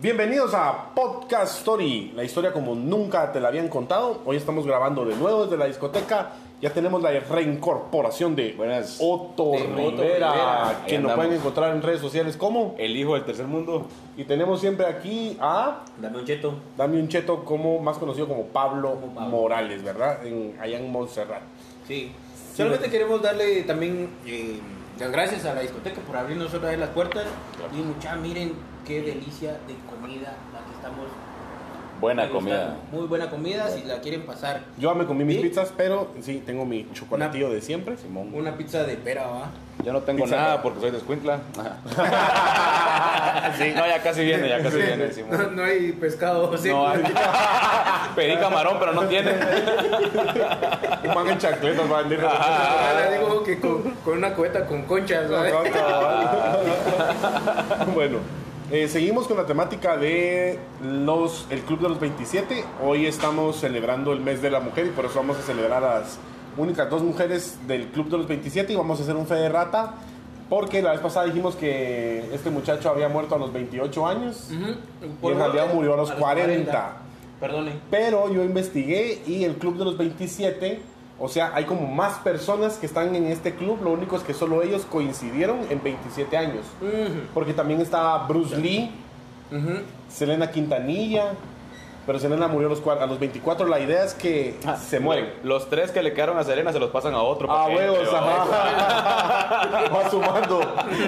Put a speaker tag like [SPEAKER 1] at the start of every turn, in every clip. [SPEAKER 1] Bienvenidos a Podcast Story, la historia como nunca te la habían contado. Hoy estamos grabando de nuevo desde la discoteca. Ya tenemos la reincorporación de
[SPEAKER 2] Buenas.
[SPEAKER 1] Otto
[SPEAKER 2] De
[SPEAKER 1] Rivera,
[SPEAKER 2] Otto Rivera. Ahí
[SPEAKER 1] que nos
[SPEAKER 2] andamos.
[SPEAKER 1] pueden encontrar en redes sociales como.
[SPEAKER 2] El hijo del tercer mundo.
[SPEAKER 1] Y tenemos siempre aquí a
[SPEAKER 3] Dame un cheto.
[SPEAKER 1] Dami Uncheto, como, más conocido como Pablo,
[SPEAKER 3] Como Pablo.
[SPEAKER 1] Morales, ¿verdad? En, allá en Montserrat.
[SPEAKER 3] Sí. Solamente queremos darle también eh, las gracias a la discoteca por abrirnos otra vez las puertas. Y mucha, miren qué delicia de comida la que estamos.
[SPEAKER 2] Buena
[SPEAKER 3] degustando.
[SPEAKER 2] comida.
[SPEAKER 3] Muy buena comida si la quieren pasar.
[SPEAKER 1] Yo ya me comí mis
[SPEAKER 3] ¿Sí?
[SPEAKER 1] pizzas, pero sí, tengo mi chocolatillo de siempre.
[SPEAKER 2] Simón.
[SPEAKER 3] Una pizza de pera, ¿va?
[SPEAKER 2] Yo no tengo
[SPEAKER 1] Pizza.
[SPEAKER 2] nada porque soy de escuintla. No, ya casi viene, ya casi viene,
[SPEAKER 3] No,
[SPEAKER 2] Simón.
[SPEAKER 3] no hay pescado seco.
[SPEAKER 2] No,
[SPEAKER 1] ah.
[SPEAKER 2] pedí camarón, pero no tiene.
[SPEAKER 1] Un man en chancletas va a venir.
[SPEAKER 3] Ojalá, digo que con, con una cubeta con conchas, ¿va?
[SPEAKER 1] bueno, eh, seguimos con la temática de los el Club de los 27. Hoy estamos celebrando el mes de la mujer y por eso vamos a celebrar a las únicas dos mujeres del Club de los 27 y vamos a hacer un fe de rata. Porque la vez pasada dijimos que este muchacho había muerto a los 28 años.
[SPEAKER 3] Ujú.
[SPEAKER 1] Y en realidad murió a los 40.
[SPEAKER 3] Perdone.
[SPEAKER 1] Pero yo investigué y el club de los 27, o sea, hay como más personas que están en este club, lo único es que solo ellos coincidieron en 27 años.
[SPEAKER 3] Ujú.
[SPEAKER 1] Porque también estaba Bruce Lee,
[SPEAKER 3] Ujú.
[SPEAKER 1] Selena Quintanilla, pero Selena murió a los, cua- a los 24, la idea es que se mueren.
[SPEAKER 2] Los tres que le quedaron a Serena se los pasan a otro.
[SPEAKER 1] Ah,
[SPEAKER 2] porque-
[SPEAKER 1] huevos, ajá. Va sumando.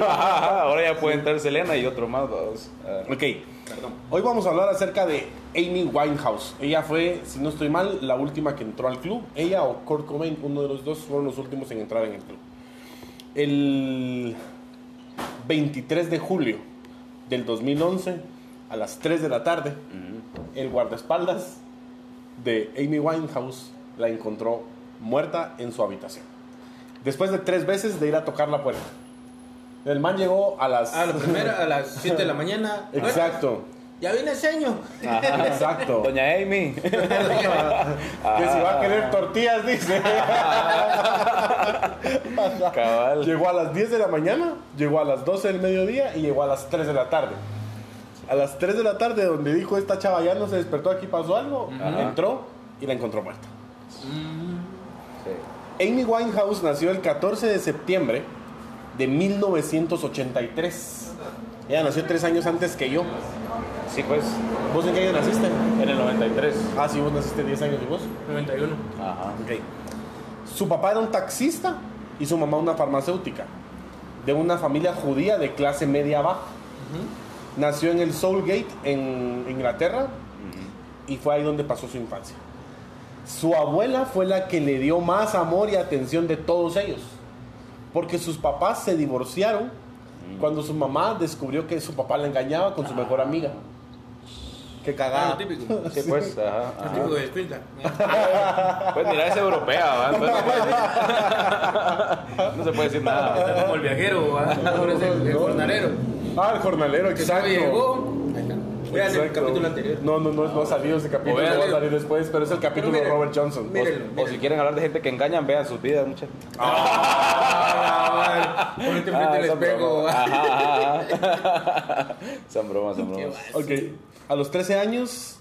[SPEAKER 2] Ajá, Ahora ya puede entrar Selena y otro más. vamos. Ah.
[SPEAKER 1] Ok.
[SPEAKER 3] Perdón.
[SPEAKER 1] Hoy vamos a hablar acerca de Amy Winehouse. Ella fue, si no estoy mal, la última que entró al club. Ella o Kurt Cobain, uno de los dos, fueron los últimos en entrar en el club. El 23 de julio del 2011, a las 3 de la tarde, el guardaespaldas de Amy Winehouse la encontró muerta en su habitación. Después de tres veces de ir a tocar la puerta. El man llegó a las...
[SPEAKER 3] A la primera, a las 7 de la mañana. Bueno,
[SPEAKER 1] Exacto.
[SPEAKER 3] ya viene el sueño.
[SPEAKER 2] Ajá.
[SPEAKER 1] Exacto.
[SPEAKER 2] Doña Ah. Amy.
[SPEAKER 1] Que si va a querer tortillas, dice.
[SPEAKER 2] Cabal.
[SPEAKER 1] llegó a las 10 de la mañana, llegó a las 12 del mediodía y llegó a las 3 de la tarde. A las 3 de la tarde, donde dijo esta chava ya no se despertó, aquí pasó algo,
[SPEAKER 2] Ajá.
[SPEAKER 1] entró y la encontró muerta.
[SPEAKER 2] Sí.
[SPEAKER 1] Amy Winehouse nació el 14 de septiembre de 1983. Ella nació tres años antes que yo.
[SPEAKER 2] Sí, pues,
[SPEAKER 1] ¿Vos en qué año naciste?
[SPEAKER 2] en el 93.
[SPEAKER 1] Ah, sí, vos naciste 10 años y vos.
[SPEAKER 3] 91.
[SPEAKER 2] Ajá.
[SPEAKER 1] Ok. Su papá era un taxista y su mamá una farmacéutica. De una familia judía de clase media baja. Nació en el Soulgate en Inglaterra y fue ahí donde pasó su infancia. Su abuela fue la que le dio más amor y atención de todos ellos. Porque sus papás se divorciaron cuando su mamá descubrió que su papá la engañaba con su mejor amiga. Ah. Qué
[SPEAKER 3] Ah,
[SPEAKER 1] cagada.
[SPEAKER 3] lo típico.
[SPEAKER 2] Sí, pues, ajá. ajá.
[SPEAKER 3] Lo típico de Sprinta.
[SPEAKER 2] Pues mira, es europea, ¿va? Entonces, no, puede decir, no se puede decir nada.
[SPEAKER 3] Como el viajero, ¿va? ahora es el, el jornalero.
[SPEAKER 1] Ah, el jornalero,
[SPEAKER 3] Que
[SPEAKER 1] exacto.
[SPEAKER 3] sabe, llegó. Ahí está. Voy a hacer el
[SPEAKER 1] Exacto.
[SPEAKER 3] capítulo anterior.
[SPEAKER 1] No, no, no, no ha salido ese capítulo,
[SPEAKER 2] O vean-
[SPEAKER 1] no va a salir después, pero es el capítulo de
[SPEAKER 3] Pero miren,
[SPEAKER 1] Robert Johnson.
[SPEAKER 3] miren.
[SPEAKER 2] O, o si quieren hablar de gente que engañan, vean sus vidas, muchachos.
[SPEAKER 3] Ah, vale. Ponete enfrente
[SPEAKER 2] Ah,
[SPEAKER 3] del
[SPEAKER 2] son
[SPEAKER 3] espejo.
[SPEAKER 2] bromas.
[SPEAKER 3] ¿va?
[SPEAKER 2] Ajá, ajá. Son bromas, son
[SPEAKER 3] Qué
[SPEAKER 2] bromas.
[SPEAKER 3] va-
[SPEAKER 1] Ok, a los 13 años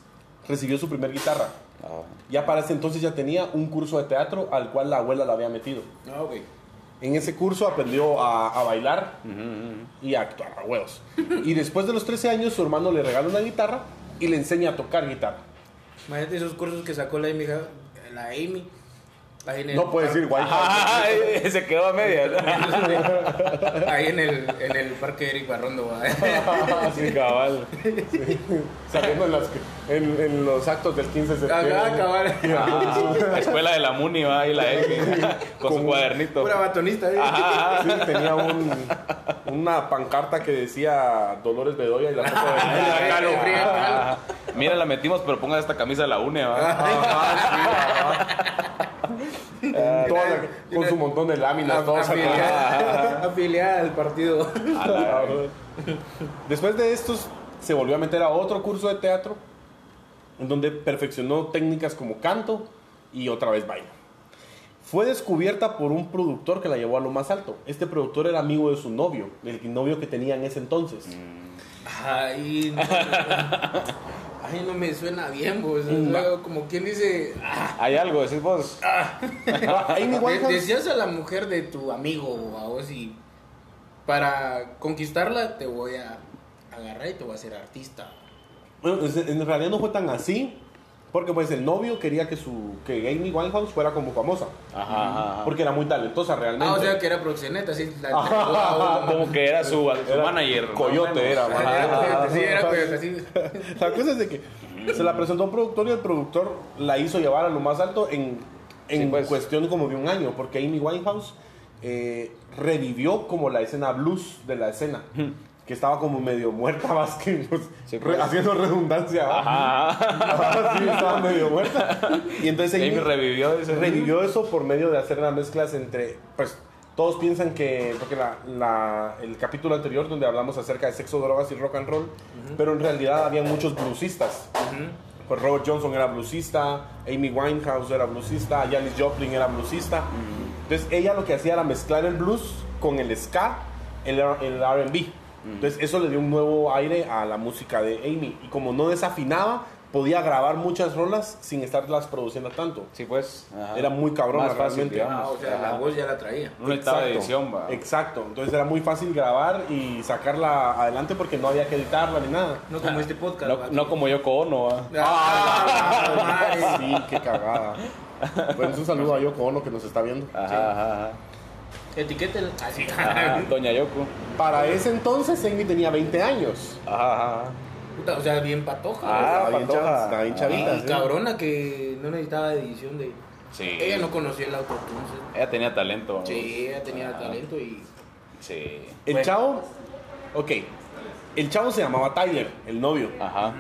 [SPEAKER 1] recibió su primer guitarra.
[SPEAKER 2] Ah,
[SPEAKER 1] Ya para ese entonces ya tenía un curso de teatro al cual la abuela la había metido.
[SPEAKER 3] No, güey.
[SPEAKER 1] En ese curso aprendió a, a bailar
[SPEAKER 2] ujú, ujú.
[SPEAKER 1] y a actuar a huevos. Y después de los 13 años su hermano le regala una guitarra y le enseña a tocar guitarra.
[SPEAKER 3] Imagínate esos cursos que sacó la Amy. ja- La Amy. Ahí en el-
[SPEAKER 1] No puede decir guay.
[SPEAKER 3] Ah.
[SPEAKER 2] Ajá, eh, se quedó a media.
[SPEAKER 3] Ahí en el, en el parque de Eric Barrondo. ¿va?
[SPEAKER 2] Sí, cabal.
[SPEAKER 1] Saliendo en, las- en- en los actos del 15 de septiembre.
[SPEAKER 3] Acá, cabal.
[SPEAKER 2] Ajá. La escuela de la Muni va y la Elmi con
[SPEAKER 1] Con-
[SPEAKER 2] su cuadernito.
[SPEAKER 3] Pura batonista. ¿eh?
[SPEAKER 1] Sí, tenía un, una pancarta que decía Dolores Bedoya y la foto de
[SPEAKER 3] Ay,
[SPEAKER 1] ella.
[SPEAKER 3] ay,
[SPEAKER 2] Ajá,
[SPEAKER 3] ay, fría,
[SPEAKER 2] ajá. Mira, la metimos, pero pongan esta camisa de la UNE, va.
[SPEAKER 1] Con toda la- con su montón de láminas, todas acá.
[SPEAKER 3] afiliada, afiliada al partido.
[SPEAKER 2] A la-
[SPEAKER 1] Después de estos, se volvió a meter a otro curso de teatro, en donde perfeccionó técnicas como canto y otra vez baile. Fue descubierta por un productor que la llevó a lo más alto. Este productor era amigo de su novio, el novio que tenía en ese entonces.
[SPEAKER 3] Ay, no, ay, no me suena bien, vos.
[SPEAKER 1] Mm, va.
[SPEAKER 3] Luego, Como quien dice, ah,
[SPEAKER 2] Hay algo, decís vos.
[SPEAKER 1] Va, Amy
[SPEAKER 3] de-
[SPEAKER 1] Winehouse.
[SPEAKER 3] deseas a la mujer de tu amigo, a vos, y para conquistarla te voy a agarrar y te voy a hacer artista.
[SPEAKER 1] Bueno, pues, en realidad no fue tan así. Porque pues el novio quería que su que Amy Winehouse fuera como famosa.
[SPEAKER 2] Ajá, ajá, ajá.
[SPEAKER 1] Porque era muy talentosa realmente.
[SPEAKER 3] Ah, o sea que era proxeneta, así. La,
[SPEAKER 2] Como que era su, su
[SPEAKER 1] Era
[SPEAKER 2] manager. ¿no?
[SPEAKER 1] coyote, era,
[SPEAKER 2] Ajá,
[SPEAKER 1] ajá.
[SPEAKER 3] Sí, era coyote, así.
[SPEAKER 1] La cosa es de que se la presentó a un productor y el productor la hizo llevar a lo más alto en, en
[SPEAKER 2] Sí, pues.
[SPEAKER 1] cuestión como de un año, porque Amy Winehouse eh, revivió como la escena blues de la escena, que estaba como medio muerta más que pues,
[SPEAKER 2] Sí,
[SPEAKER 1] re-
[SPEAKER 2] pues.
[SPEAKER 1] haciendo redundancia. ¿va?
[SPEAKER 2] Ajá, ajá.
[SPEAKER 1] Ajá, sí, estaba medio muerta. Y entonces
[SPEAKER 2] Amy
[SPEAKER 1] Amy
[SPEAKER 2] revivió. dice.
[SPEAKER 1] revivió eso por medio de hacer las mezclas entre, pues, todos piensan que, porque la- la- el capítulo anterior donde hablamos acerca de sexo, drogas y rock and roll, pero en realidad había muchos bluesistas. Pues Robert Johnson era bluesista, Amy Winehouse era bluesista, Janis Joplin era bluesista. Entonces ella lo que hacía era mezclar el blues con el ska, el, R- el RB. Entonces eso le dio un nuevo aire a la música de Amy. Y como no desafinaba, podía grabar muchas rolas sin estarlas produciendo tanto.
[SPEAKER 2] Sí, pues. ajá.
[SPEAKER 1] Era muy cabrona
[SPEAKER 2] Más fácil,
[SPEAKER 1] realmente.
[SPEAKER 3] Ah,
[SPEAKER 2] digamos.
[SPEAKER 3] o sea, la
[SPEAKER 2] Ajá.
[SPEAKER 3] voz ya la traía.
[SPEAKER 2] Un estado de edición, va.
[SPEAKER 1] Exacto. Entonces era muy fácil grabar y sacarla adelante porque no había que editarla ni nada.
[SPEAKER 3] No como este podcast.
[SPEAKER 2] No,
[SPEAKER 3] va,
[SPEAKER 2] no
[SPEAKER 3] que-
[SPEAKER 2] como Yoko Ono, va.
[SPEAKER 3] Ah, madre.
[SPEAKER 1] Sí, qué cagada. Pues un saludo a Yoko Ono que nos está viendo.
[SPEAKER 2] Ajá, ajá, ajá.
[SPEAKER 3] Etiqueten. Así.
[SPEAKER 2] Ajá, Doña Yoko.
[SPEAKER 1] Para ese entonces Amy tenía 20 años.
[SPEAKER 2] Ajá, ajá.
[SPEAKER 3] Puta, o sea, bien patoja.
[SPEAKER 2] Ah,
[SPEAKER 1] Estaba bien
[SPEAKER 2] patoja.
[SPEAKER 1] chava- estaba bien
[SPEAKER 2] Ah,
[SPEAKER 1] chavita,
[SPEAKER 3] Y
[SPEAKER 1] sí.
[SPEAKER 3] cabrona que no necesitaba edición de...
[SPEAKER 2] Sí.
[SPEAKER 3] Ella no conocía el autotune. sí.
[SPEAKER 2] Ella tenía talento. ¿no?
[SPEAKER 3] Sí, ella tenía
[SPEAKER 2] Ah.
[SPEAKER 3] talento y...
[SPEAKER 2] Sí.
[SPEAKER 1] El
[SPEAKER 3] Bueno.
[SPEAKER 1] chavo, ok, el chavo se llamaba Tyler, el novio.
[SPEAKER 2] Ajá.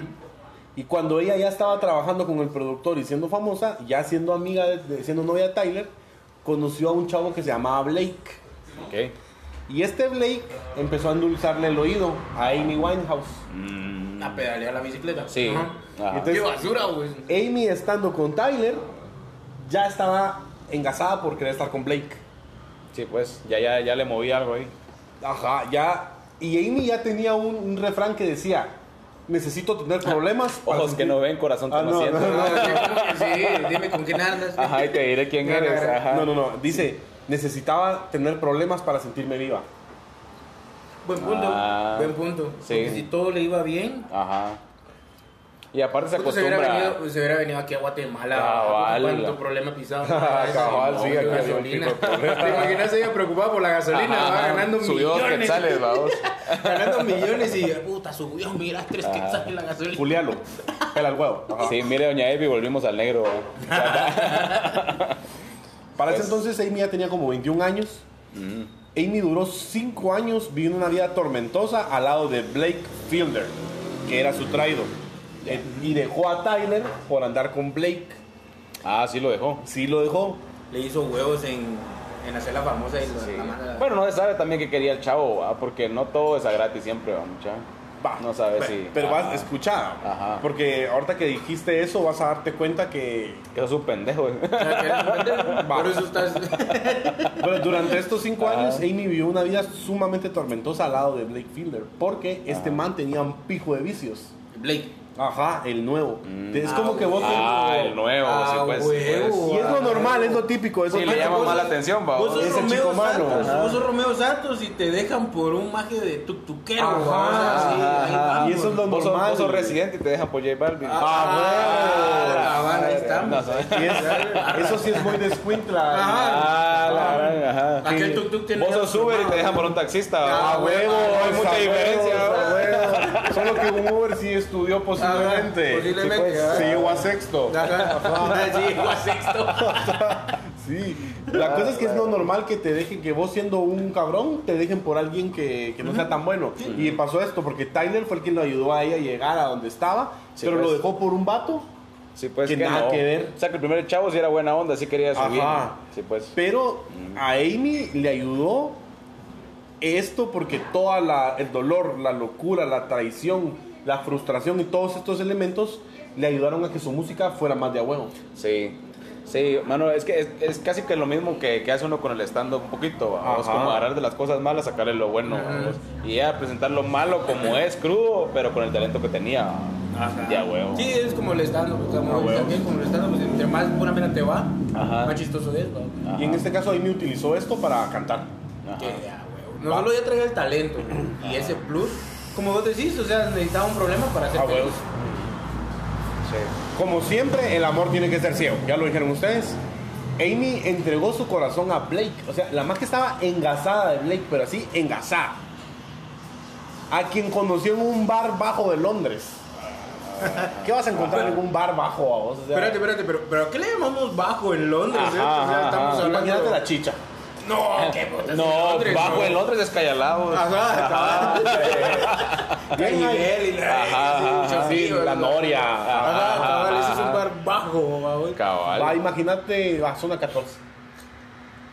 [SPEAKER 1] Y cuando ella ya estaba trabajando con el productor y siendo famosa, ya siendo amiga, de- de- siendo novia de Tyler, conoció a un chavo que se llamaba Blake.
[SPEAKER 2] Ok.
[SPEAKER 1] Y este Blake empezó a endulzarle el oído a Amy Winehouse.
[SPEAKER 2] Mm,
[SPEAKER 3] A pedalear la bicicleta.
[SPEAKER 2] Sí.
[SPEAKER 3] Ajá.
[SPEAKER 2] Ajá.
[SPEAKER 1] Entonces- eh,
[SPEAKER 3] Qué basura, güey.
[SPEAKER 1] Amy estando con Tyler, ya estaba engasada por querer estar con Blake.
[SPEAKER 2] Sí, pues. Ya, ya, ya le moví algo ahí.
[SPEAKER 1] Ajá, ya. Y Amy ya tenía un, un refrán que decía: Necesito tener problemas. para
[SPEAKER 2] Ojos que
[SPEAKER 1] sentir-".
[SPEAKER 2] no ven, corazón que
[SPEAKER 1] Ah,
[SPEAKER 2] no
[SPEAKER 1] no,
[SPEAKER 2] siente.
[SPEAKER 1] no, no.
[SPEAKER 3] Sí, dime con quién andas.
[SPEAKER 2] Ajá, y te diré quién eres. Ajá.
[SPEAKER 1] No, no, no. Dice: Necesitaba tener problemas para sentirme viva.
[SPEAKER 3] Buen punto.
[SPEAKER 2] Ah.
[SPEAKER 3] Buen punto.
[SPEAKER 2] Sí.
[SPEAKER 3] Porque si todo le iba bien...
[SPEAKER 2] Ajá. Y aparte se
[SPEAKER 3] puta, Se hubiera,
[SPEAKER 2] acostumbra.
[SPEAKER 3] venido, pues, se hubiera venido aquí a Guatemala.
[SPEAKER 2] Cabal.
[SPEAKER 3] ¿Cuánto problema pisado?
[SPEAKER 1] Cabal, sí,
[SPEAKER 3] la
[SPEAKER 1] aquí había un
[SPEAKER 3] gasolina.
[SPEAKER 1] tipo de
[SPEAKER 3] ¿Te imaginas ella preocupada por la gasolina?
[SPEAKER 2] Ajá,
[SPEAKER 3] va
[SPEAKER 2] ajá.
[SPEAKER 3] ganando
[SPEAKER 2] Subió dos
[SPEAKER 3] millones.
[SPEAKER 2] quetzales, vamos.
[SPEAKER 3] ganando millones y puta, subió, mira,
[SPEAKER 2] Ah.
[SPEAKER 3] tres quetzales la gasolina.
[SPEAKER 1] Julialo. Pela el huevo. Ajá.
[SPEAKER 2] Sí, mire, doña Evi, volvimos al negro. ¿va?
[SPEAKER 1] Para ese
[SPEAKER 2] Pues- Mm.
[SPEAKER 1] entonces Amy ya tenía como 21 años. Amy duró 5 años viviendo una vida tormentosa al lado de Blake Fielder, que era su traído. Eh, Y dejó a Tyler por andar con Blake.
[SPEAKER 2] Ah, sí lo dejó.
[SPEAKER 1] Sí lo dejó.
[SPEAKER 3] Le hizo huevos en, en hacer la famosa y lo-
[SPEAKER 2] Sí.
[SPEAKER 3] la manda.
[SPEAKER 2] Bueno, no se sabe también que quería el chavo, ¿va? porque no todo es a gratis siempre, ¿va, mucha.
[SPEAKER 1] Va.
[SPEAKER 2] No sabe
[SPEAKER 1] Pe-
[SPEAKER 2] si-
[SPEAKER 1] Pero vas
[SPEAKER 2] Ajá.
[SPEAKER 1] a escuchar.
[SPEAKER 2] Ajá.
[SPEAKER 1] Porque ahorita que dijiste eso vas a darte cuenta que...
[SPEAKER 2] Que sos un pendejo. ¿eh?
[SPEAKER 3] O sea, que era un pendejo,
[SPEAKER 1] Va.
[SPEAKER 3] Por eso estás.
[SPEAKER 1] Bueno, durante estos 5
[SPEAKER 2] Ajá.
[SPEAKER 1] años Amy vivió una vida sumamente tormentosa al lado de Blake Fielder. Porque este man tenía un pijo de vicios.
[SPEAKER 3] Blake.
[SPEAKER 1] Ajá, el nuevo. Es
[SPEAKER 3] Ah,
[SPEAKER 1] como que vos...
[SPEAKER 2] Ah, el nuevo,
[SPEAKER 3] Ah,
[SPEAKER 2] sí, pues. sí,
[SPEAKER 3] huevo.
[SPEAKER 2] pues.
[SPEAKER 1] Y es lo normal, es lo típico. Es
[SPEAKER 2] Sí,
[SPEAKER 1] lo
[SPEAKER 2] le
[SPEAKER 1] típico.
[SPEAKER 2] llama más la atención, va.
[SPEAKER 3] Vos sos,
[SPEAKER 1] Ese
[SPEAKER 3] Romeo
[SPEAKER 1] chico malo.
[SPEAKER 3] Santos,
[SPEAKER 1] Ajá.
[SPEAKER 3] vos sos Romeo Santos y te dejan por un maje de tuctuquero.
[SPEAKER 1] Ajá,
[SPEAKER 3] ¿va?
[SPEAKER 2] Ah,
[SPEAKER 3] O sea, sí,
[SPEAKER 2] ajá,
[SPEAKER 3] ahí pues.
[SPEAKER 2] ajá.
[SPEAKER 3] vamos.
[SPEAKER 1] Y eso es lo
[SPEAKER 2] ah. Vos sos,
[SPEAKER 1] normal.
[SPEAKER 2] vos sos residente y te dejan por J Balvin. Ah,
[SPEAKER 1] Ah,
[SPEAKER 3] Ah,
[SPEAKER 1] huevo.
[SPEAKER 3] cabal, ahí estamos.
[SPEAKER 1] Y es- eh, eso sí es muy descuintla.
[SPEAKER 3] Ajá.
[SPEAKER 2] Ah, la gran, ajá.
[SPEAKER 3] Aquel tuk-tuk tiene
[SPEAKER 2] Vos sos
[SPEAKER 3] otro
[SPEAKER 2] Uber y te
[SPEAKER 3] nombre.
[SPEAKER 2] dejan por un taxista.
[SPEAKER 3] Ah,
[SPEAKER 2] ¿va?
[SPEAKER 3] huevo,
[SPEAKER 2] No hay
[SPEAKER 1] es
[SPEAKER 2] mucha
[SPEAKER 1] a
[SPEAKER 2] diferencia.
[SPEAKER 1] huevo,
[SPEAKER 2] ¿va?
[SPEAKER 1] es a huevo. ah, Solo que un Uber sí estudió posiblemente.
[SPEAKER 2] Ah,
[SPEAKER 3] Ajá, posiblemente,
[SPEAKER 1] Sí, pues,
[SPEAKER 3] ajá.
[SPEAKER 1] se llegó a sexto.
[SPEAKER 3] Ajá. Sí, llegó a sexto.
[SPEAKER 1] Sí. La
[SPEAKER 2] Ah,
[SPEAKER 1] cosa es que es lo normal que te dejen, que vos siendo un cabrón, te dejen por alguien que, que no sea tan bueno. Y pasó esto, porque Tyler fue el quien lo ayudó a ella a llegar a donde estaba,
[SPEAKER 2] Sí,
[SPEAKER 1] pero lo
[SPEAKER 2] pues.
[SPEAKER 1] dejó por un vato.
[SPEAKER 2] Sí, pues
[SPEAKER 1] Que
[SPEAKER 2] que,
[SPEAKER 1] nada
[SPEAKER 2] no.
[SPEAKER 1] que ver.
[SPEAKER 2] O sea, que el primer chavo sí era buena onda, sí quería subir.
[SPEAKER 1] Ajá.
[SPEAKER 2] Sí, pues.
[SPEAKER 1] Pero a Amy le ayudó esto porque toda la, el dolor, la locura, la traición, la frustración y todos estos elementos le ayudaron a que su música fuera más de a huevo.
[SPEAKER 2] Sí. Sí, mano, es que es, es casi que lo mismo que, que hace uno con el stand-up un poquito, ¿va? es
[SPEAKER 1] Ajá.
[SPEAKER 2] como agarrar de las cosas malas, sacarle lo bueno, ¿va?
[SPEAKER 3] Ujú.
[SPEAKER 2] y ya presentar lo malo como es, crudo, pero con el talento que tenía.
[SPEAKER 3] Ajá.
[SPEAKER 2] Ya, huevo.
[SPEAKER 3] Sí, es como el stand-up.
[SPEAKER 2] Ah,
[SPEAKER 3] Como,
[SPEAKER 2] huevo.
[SPEAKER 3] también como el stand-up, pues, entre más buena pena te va,
[SPEAKER 2] Ajá.
[SPEAKER 3] más chistoso es. ¿no?
[SPEAKER 2] Ajá.
[SPEAKER 1] Y en este caso, Amy utilizó esto para cantar.
[SPEAKER 2] Ajá.
[SPEAKER 3] Que ya, huevo. No solo ya traía el talento güey, y ese plus. Como vos decís, o sea, necesitaba un problema para hacer
[SPEAKER 1] Ah, huevo. Como siempre, el amor tiene que ser ciego. Ya lo dijeron ustedes. Amy entregó su corazón a Blake. O sea, la más que estaba engasada de Blake, pero así engasada. A quien conoció en un bar bajo de Londres. ¿Qué vas a encontrar en un bar bajo a vos? O sea,
[SPEAKER 3] Espérate, espérate, pero, pero ¿a qué le llamamos bajo en Londres? eh?
[SPEAKER 2] Ajá,
[SPEAKER 3] O sea,
[SPEAKER 2] ajá,
[SPEAKER 3] estamos
[SPEAKER 2] ajá.
[SPEAKER 3] hablando.
[SPEAKER 1] Imagínate la chicha.
[SPEAKER 3] No, qué putas.
[SPEAKER 2] No,
[SPEAKER 3] Londres,
[SPEAKER 2] bajo
[SPEAKER 3] ¿no?
[SPEAKER 2] el otro es descayalado.
[SPEAKER 3] Ajá, cabal.
[SPEAKER 1] Bien,
[SPEAKER 3] Cañiguel y la.
[SPEAKER 2] Ajá, ajá,
[SPEAKER 3] y
[SPEAKER 2] ajá,
[SPEAKER 1] sí,
[SPEAKER 3] Chorrillo,
[SPEAKER 1] la
[SPEAKER 3] ¿no?
[SPEAKER 1] noria.
[SPEAKER 3] Ajá,
[SPEAKER 2] Ajá,
[SPEAKER 3] cabal, ese es
[SPEAKER 2] ajá.
[SPEAKER 3] un bar bajo, va, güey.
[SPEAKER 2] Cabal.
[SPEAKER 1] Va, imagínate la zona 14.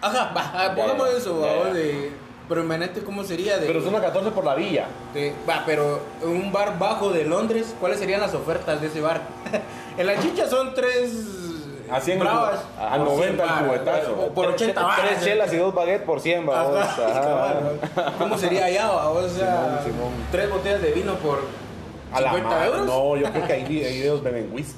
[SPEAKER 3] Ajá, baja, pongamos
[SPEAKER 2] Ya, ya,
[SPEAKER 3] eso,
[SPEAKER 2] ya,
[SPEAKER 3] va,
[SPEAKER 2] ya.
[SPEAKER 3] de. Pero imagínate cómo sería de.
[SPEAKER 1] Pero zona 14 por la villa.
[SPEAKER 3] de- va, pero un bar bajo de Londres, ¿cuáles serían las ofertas de ese bar? en la chicha son tres.
[SPEAKER 1] A 100
[SPEAKER 3] bravas.
[SPEAKER 1] a
[SPEAKER 3] por
[SPEAKER 1] 90 el
[SPEAKER 3] 100 bar,
[SPEAKER 1] cubetazo.
[SPEAKER 3] o Por
[SPEAKER 2] Tres
[SPEAKER 3] 80
[SPEAKER 2] che-
[SPEAKER 3] bar.
[SPEAKER 2] Tres chelas y dos baguettes por 100, va. vos.
[SPEAKER 3] Ajá,
[SPEAKER 2] Ajá.
[SPEAKER 3] cabal, va. ¿Cómo sería allá? va? O sea,
[SPEAKER 2] Simón, Simón.
[SPEAKER 3] tres botellas de vino por
[SPEAKER 1] A la
[SPEAKER 3] 50
[SPEAKER 1] madre.
[SPEAKER 3] euros.
[SPEAKER 1] No, yo creo que ahí, ahí ellos beben whisky.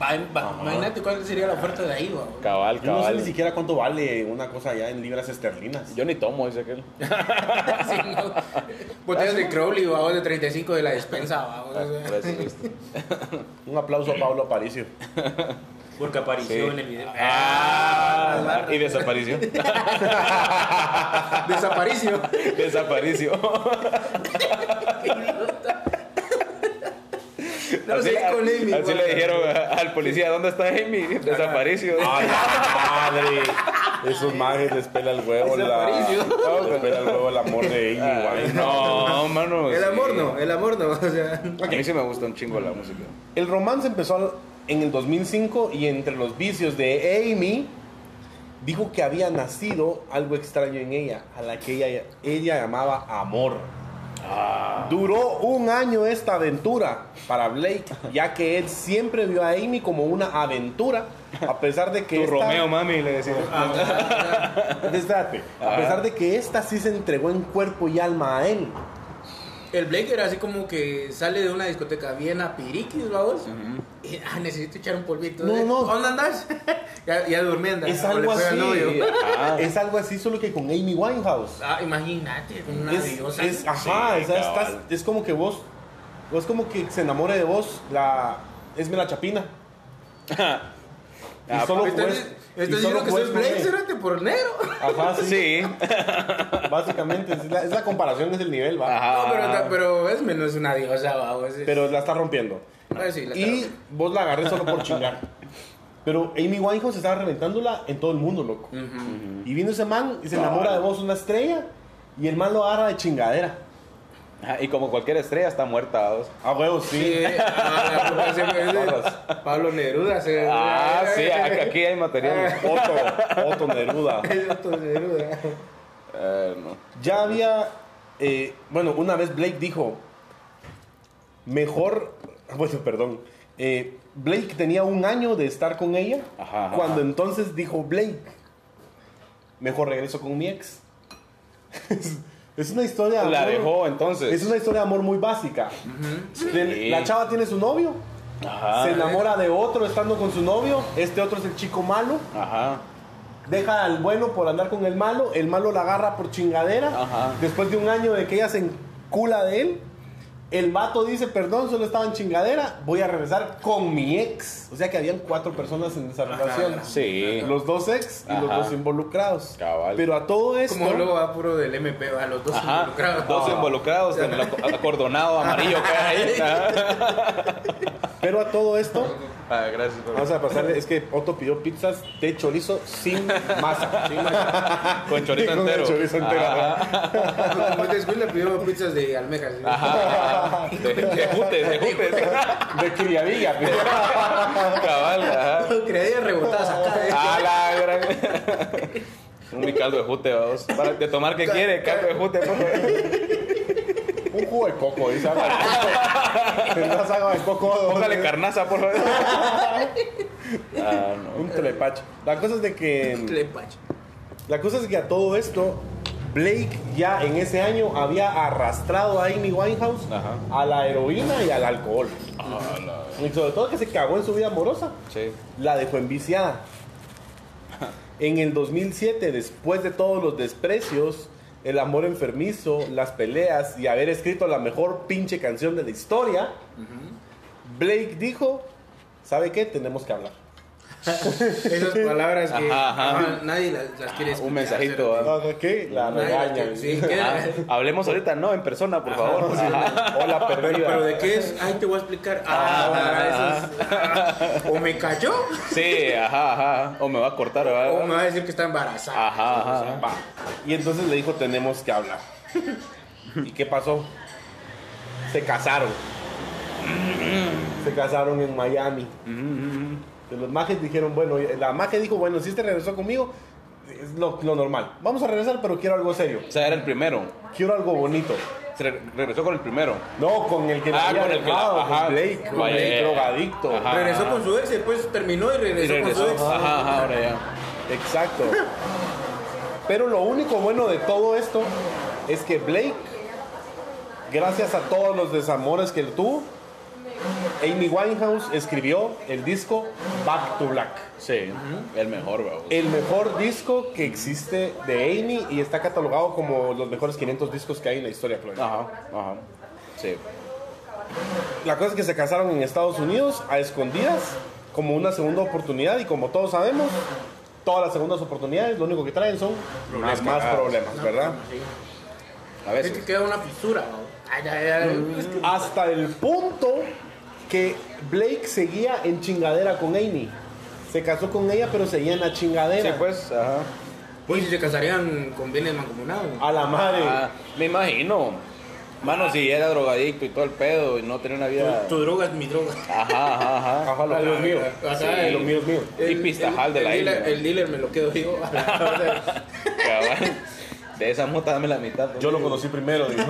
[SPEAKER 3] Va, va, imagínate cuál sería la oferta de ahí, va, güey.
[SPEAKER 2] Cabal,
[SPEAKER 1] Yo no sé ni
[SPEAKER 2] cabal.
[SPEAKER 1] siquiera cuánto vale una cosa allá en libras esterlinas.
[SPEAKER 2] Yo ni tomo, dice aquel.
[SPEAKER 3] Sí, no. Botellas de Crowley, va, de 35 de la despensa, va, o
[SPEAKER 2] Ah, por
[SPEAKER 3] sea.
[SPEAKER 2] eso, ¿viste?
[SPEAKER 1] Un aplauso a Pablo Aparicio.
[SPEAKER 4] Porque apareció en el video.
[SPEAKER 2] Ah, y desapareció.
[SPEAKER 3] Desaparicio.
[SPEAKER 2] desapareció.
[SPEAKER 3] No lo
[SPEAKER 2] así
[SPEAKER 3] sé con Amy.
[SPEAKER 2] así
[SPEAKER 3] güey.
[SPEAKER 2] le dijeron a- al policía, ¿dónde está Amy? Desapareció.
[SPEAKER 1] ¡Ay, la madre! Esos mages les pela el huevo la...
[SPEAKER 3] Desaparicio.
[SPEAKER 1] Les pela el huevo el amor de Amy,
[SPEAKER 2] Ay,
[SPEAKER 1] güey.
[SPEAKER 2] no, mano.
[SPEAKER 3] El
[SPEAKER 2] sí.
[SPEAKER 3] amor no, el amor no. O sea,
[SPEAKER 2] A mí sí me gusta un chingo la música.
[SPEAKER 1] El romance empezó en el 2005 y entre los vicios de Amy dijo que había nacido algo extraño en ella, a la que ella, ella llamaba amor.
[SPEAKER 2] Ah.
[SPEAKER 1] Duró un año esta aventura para Blake, ya que él siempre vio a Amy como una aventura, a pesar de que...
[SPEAKER 2] Tu
[SPEAKER 1] esta-
[SPEAKER 2] Romeo, mami, le decía.
[SPEAKER 1] Desdate. A pesar de que esta sí se entregó en cuerpo y alma a él.
[SPEAKER 3] el Blake era así como que sale de una discoteca bien a piriquis, vamos. Y, ah, necesito echar un polvito.
[SPEAKER 1] No,
[SPEAKER 3] ¿eh?
[SPEAKER 1] no.
[SPEAKER 3] ¿Dónde andas? ya, ya dormí, anda.
[SPEAKER 1] Es
[SPEAKER 3] O le
[SPEAKER 1] algo
[SPEAKER 3] fue al
[SPEAKER 1] así.
[SPEAKER 3] novio.
[SPEAKER 2] Ah.
[SPEAKER 1] Ajá. Es algo así, solo que con Amy Winehouse.
[SPEAKER 3] Ah, imagínate, con una
[SPEAKER 1] es,
[SPEAKER 3] diosa.
[SPEAKER 1] es- ajá,
[SPEAKER 2] Sí,
[SPEAKER 1] o sea,
[SPEAKER 2] cabal.
[SPEAKER 1] estás- es como que vos, o es como que se enamore de vos la Esmela Chapina.
[SPEAKER 2] Ah,
[SPEAKER 1] y solo
[SPEAKER 3] ¿Estás,
[SPEAKER 1] juez- y
[SPEAKER 3] estás
[SPEAKER 1] solo
[SPEAKER 3] diciendo este que
[SPEAKER 1] juez
[SPEAKER 3] soy
[SPEAKER 1] con
[SPEAKER 3] Blake,
[SPEAKER 1] él.
[SPEAKER 3] cérate por negro? Ah,
[SPEAKER 1] Ajá, sí,
[SPEAKER 2] Sí.
[SPEAKER 1] básicamente, es la, es la comparación, es el nivel, va.
[SPEAKER 2] Ajá.
[SPEAKER 3] No, pero, pero es menos una diosa, vamos.
[SPEAKER 1] Pero la está rompiendo.
[SPEAKER 3] sí, la
[SPEAKER 1] y vos la agarré solo por chingar. Pero Amy Winehouse estaba reventándola en todo el mundo, loco. Y vino ese man y se enamora de vos, una estrella, y el man lo agarra de chingadera.
[SPEAKER 2] Ajá, Ah, Y como cualquier estrella está muerta. vos.
[SPEAKER 1] A huevos, sí.
[SPEAKER 3] Sí, ah, la culpa siempre es de Pablo Neruda. se-
[SPEAKER 2] Ah,
[SPEAKER 3] Eh,
[SPEAKER 2] sí, a- aquí hay material.
[SPEAKER 1] Otto, Otto Neruda.
[SPEAKER 3] Es Otto Neruda.
[SPEAKER 2] Eh, no.
[SPEAKER 1] Ya había, eh, bueno, una vez Blake dijo, mejor, bueno, perdón, eh, Blake tenía un año de estar con ella,
[SPEAKER 2] Ajá, ajá,
[SPEAKER 1] cuando
[SPEAKER 2] ajá.
[SPEAKER 1] entonces dijo Blake, mejor regreso con mi ex. Es- es una historia... de
[SPEAKER 2] La
[SPEAKER 1] amor-
[SPEAKER 2] dejó entonces.
[SPEAKER 1] Es una historia de amor muy básica. Ten-
[SPEAKER 2] Sí. Ah.
[SPEAKER 1] La chava tiene su novio,
[SPEAKER 2] Ajá.
[SPEAKER 1] se enamora de otro estando con su novio, este otro es el chico malo,
[SPEAKER 2] Ajá.
[SPEAKER 1] Deja al bueno por andar con el malo, el malo la agarra por chingadera.
[SPEAKER 2] Ajá.
[SPEAKER 1] Después de un año de que ella se encula de él, el vato dice, perdón, solo estaba en chingadera, voy a regresar con mi ex. O sea que habían cuatro personas en esa relación.
[SPEAKER 2] Sí.
[SPEAKER 1] Los dos ex y los
[SPEAKER 2] Ajá.
[SPEAKER 1] dos involucrados.
[SPEAKER 2] Cabal.
[SPEAKER 1] Pero a todo esto...
[SPEAKER 3] Como lo va puro del MP, va, los dos
[SPEAKER 2] Ajá.
[SPEAKER 3] involucrados.
[SPEAKER 2] Dos involucrados en el ac- acordonado amarillo que hay ahí. Ajá.
[SPEAKER 1] Pero a todo esto...
[SPEAKER 2] Ah, gracias. por-
[SPEAKER 1] Vamos a pasarle, es que Otto pidió pizzas de chorizo sin masa. sin masa.
[SPEAKER 2] Con chorizo
[SPEAKER 1] Con el
[SPEAKER 2] entero.
[SPEAKER 1] chorizo entero,
[SPEAKER 2] Ajá.
[SPEAKER 3] Como después le pidió pizzas de almejas. ¿sí?
[SPEAKER 2] Ajá. De, de jutes, de jutes.
[SPEAKER 1] De criadilla. pues.
[SPEAKER 2] Cabal, ajá.
[SPEAKER 3] Creía rebotadas acá. ¿eh?
[SPEAKER 2] A Ah, la gran. Un mi caldo de jute, vamos. Para de tomar que quiere, caldo de jute, por favor.
[SPEAKER 1] Un jugo de coco, dice agua de coco. Tendrás agua de coco.
[SPEAKER 2] Póngale carnaza, por favor. Ah, no.
[SPEAKER 1] Un telepacho. La cosa es de que.
[SPEAKER 3] Tlepache.
[SPEAKER 1] La cosa es que a todo esto, Blake ya en ese año había arrastrado a Amy Winehouse
[SPEAKER 2] Ajá. Ah,
[SPEAKER 1] a la heroína y al alcohol. Y sobre todo que se cagó en su vida amorosa.
[SPEAKER 2] Sí.
[SPEAKER 1] La dejó enviciada. En el 2007, después de todos los desprecios, el amor enfermizo, las peleas y haber escrito la mejor pinche canción de la historia, Blake dijo, ¿sabe qué? Tenemos que hablar.
[SPEAKER 3] Esas palabras que
[SPEAKER 2] Ajá, ajá.
[SPEAKER 3] no, nadie las, las quiere escuchar.
[SPEAKER 2] Un mensajito. ah.
[SPEAKER 1] No, no, ¿Qué? La
[SPEAKER 3] Nadie las
[SPEAKER 1] regaña.
[SPEAKER 3] quiere- sí, ¿qué?
[SPEAKER 2] Ah, hablemos ahorita, no, en persona, por favor. Ajá.
[SPEAKER 1] Hola,
[SPEAKER 3] Pero,
[SPEAKER 1] perdida.
[SPEAKER 3] pero de qué es, ay, te voy a explicar. Ah, eso es- ah, o me cayó,
[SPEAKER 2] Sí, ajá, ajá. O me va a cortar, ¿verdad?
[SPEAKER 3] o me va a decir que está embarazada.
[SPEAKER 2] Ajá, ajá.
[SPEAKER 1] Va. Y entonces le dijo, tenemos que hablar. ¿Y qué pasó? Se casaron. Se casaron en Miami. Entonces Los majes dijeron, bueno, la maje dijo, bueno, si este regresó conmigo, es lo, lo normal. Vamos a regresar, pero quiero algo serio.
[SPEAKER 2] O sea, era el primero.
[SPEAKER 1] Quiero algo bonito.
[SPEAKER 2] Se re- regresó con el primero.
[SPEAKER 1] No, con el que la
[SPEAKER 2] Ah,
[SPEAKER 1] había
[SPEAKER 2] con el que la-
[SPEAKER 1] dejado, con
[SPEAKER 2] ajá.
[SPEAKER 1] Blake, con
[SPEAKER 2] Vaya,
[SPEAKER 1] el
[SPEAKER 2] ya, ya.
[SPEAKER 1] drogadicto.
[SPEAKER 2] Ajá.
[SPEAKER 3] Regresó con su ex, y después terminó y
[SPEAKER 2] Y
[SPEAKER 3] regresó,
[SPEAKER 2] regresó.
[SPEAKER 3] con
[SPEAKER 2] Ah,
[SPEAKER 3] su ex.
[SPEAKER 2] Ajá, ajá, ahora ya.
[SPEAKER 1] Exacto. Pero lo único bueno de todo esto es que Blake, gracias a todos los desamores que él tuvo, Amy Winehouse escribió el disco Back to Black.
[SPEAKER 2] Sí, el mejor, bro.
[SPEAKER 1] El mejor disco que existe de Amy y está catalogado como los mejores 500 discos que hay en la historia. Chloe.
[SPEAKER 2] Ajá, ajá. Sí.
[SPEAKER 1] La cosa es que se casaron en Estados Unidos a escondidas como una segunda oportunidad y como todos sabemos, todas las segundas oportunidades lo único que traen son más, más
[SPEAKER 2] cagadas.
[SPEAKER 1] problemas, ¿verdad?
[SPEAKER 2] A
[SPEAKER 3] Es que
[SPEAKER 2] veces.
[SPEAKER 3] queda una fisura. ¿no? Ay, ay,
[SPEAKER 2] Mm.
[SPEAKER 3] ay, es que-
[SPEAKER 1] Hasta el punto que Blake seguía en chingadera con Amy. Se casó con ella, pero seguía en la chingadera.
[SPEAKER 2] Sí, pues, ajá.
[SPEAKER 3] Uy, Pues, si se casarían con bienes mancomunados.
[SPEAKER 1] A la madre.
[SPEAKER 2] Ah, me imagino. Mano, si era drogadicto y todo el pedo y no tenía una
[SPEAKER 4] Ah,
[SPEAKER 2] vida.
[SPEAKER 3] Tu droga es mi droga.
[SPEAKER 2] Ajá, ajá, ajá.
[SPEAKER 1] Ajá, lo
[SPEAKER 3] a
[SPEAKER 1] mío
[SPEAKER 3] la-
[SPEAKER 1] es mío.
[SPEAKER 3] ajá,
[SPEAKER 1] Sí,
[SPEAKER 3] el-
[SPEAKER 1] lo mío es mío.
[SPEAKER 2] Y pistajal de la
[SPEAKER 3] el dealer,
[SPEAKER 2] isla.
[SPEAKER 3] el dealer me lo quedo yo. A la-
[SPEAKER 2] Cabal. De esa mota dame la mitad.
[SPEAKER 1] Yo lo conocí primero, dijo.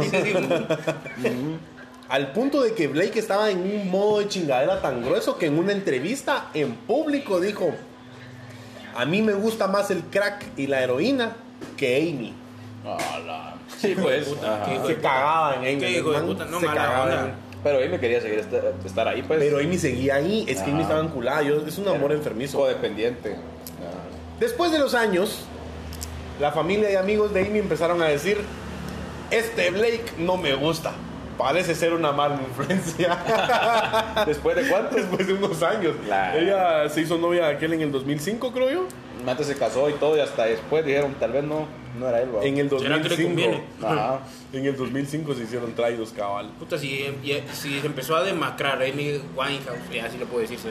[SPEAKER 1] Al punto de que Blake estaba en un modo de chingadera tan grueso que en una entrevista en público dijo: A mí me gusta más el crack y la heroína que Amy.
[SPEAKER 2] Hola. Ah, Sí, pues.
[SPEAKER 4] Puta,
[SPEAKER 2] ajá.
[SPEAKER 4] hijo de
[SPEAKER 1] Se cagaba en Amy.
[SPEAKER 4] Ah, Qué hijo de
[SPEAKER 1] man,
[SPEAKER 4] puta, no
[SPEAKER 1] se
[SPEAKER 4] mala
[SPEAKER 1] cagaba en
[SPEAKER 4] onda.
[SPEAKER 2] Pero ahí me quería seguir esta- estar, ahí, pues.
[SPEAKER 1] Pero Amy seguía ahí, es que Amy
[SPEAKER 2] Ajá.
[SPEAKER 1] estaba enculada, yo, es un amor enfermizo.
[SPEAKER 2] codependiente.
[SPEAKER 1] Después de los años, la familia y amigos de Amy empezaron a decir, este Blake no me gusta, parece ser una mala influencia.
[SPEAKER 2] Ah. ¿Después de cuánto?
[SPEAKER 1] Después de unos años.
[SPEAKER 2] Claro.
[SPEAKER 1] Ella se hizo novia de aquel en el 2005, creo yo.
[SPEAKER 2] Antes se casó y todo, y hasta después dijeron, tal vez no, no era él, ¿va?
[SPEAKER 1] En el
[SPEAKER 4] ¿Será que le
[SPEAKER 1] 2005.
[SPEAKER 4] conviene?
[SPEAKER 2] Ajá.
[SPEAKER 1] En el 2005 se hicieron traídos, cabal.
[SPEAKER 4] Puta, si, ya- si se empezó a demacrar Amy Winehouse, ya así lo puedo decir, ¿sí?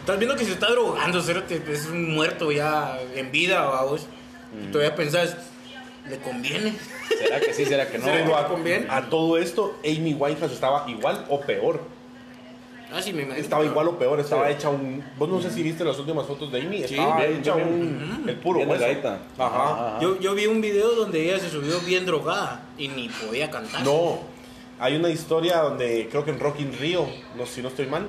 [SPEAKER 4] Estás viendo que se está drogando, cerote, es un muerto ya en vida, vamos.
[SPEAKER 3] Mm.
[SPEAKER 4] Y todavía pensás, ¿le conviene?
[SPEAKER 2] ¿Será que sí? ¿Será que no?
[SPEAKER 4] ¿Será que
[SPEAKER 1] Pero
[SPEAKER 4] le
[SPEAKER 1] a,
[SPEAKER 4] conviene?
[SPEAKER 1] a todo esto, Amy Winehouse estaba igual o peor.
[SPEAKER 4] Ah, sí, me imagino.
[SPEAKER 1] Estaba igual o peor, estaba
[SPEAKER 2] Sí.
[SPEAKER 1] hecha un. Vos no sé si viste las últimas fotos de Amy.
[SPEAKER 2] Sí,
[SPEAKER 1] estaba
[SPEAKER 2] bien,
[SPEAKER 1] hecha
[SPEAKER 2] bien,
[SPEAKER 1] un. El puro
[SPEAKER 2] Bien
[SPEAKER 1] hueso.
[SPEAKER 2] delgadita. Ah.
[SPEAKER 1] Ajá.
[SPEAKER 4] Yo, yo vi un video donde ella se subió bien drogada y ni podía cantar.
[SPEAKER 1] No. Hay una historia donde creo que en Rock in Rio, no, si no estoy mal,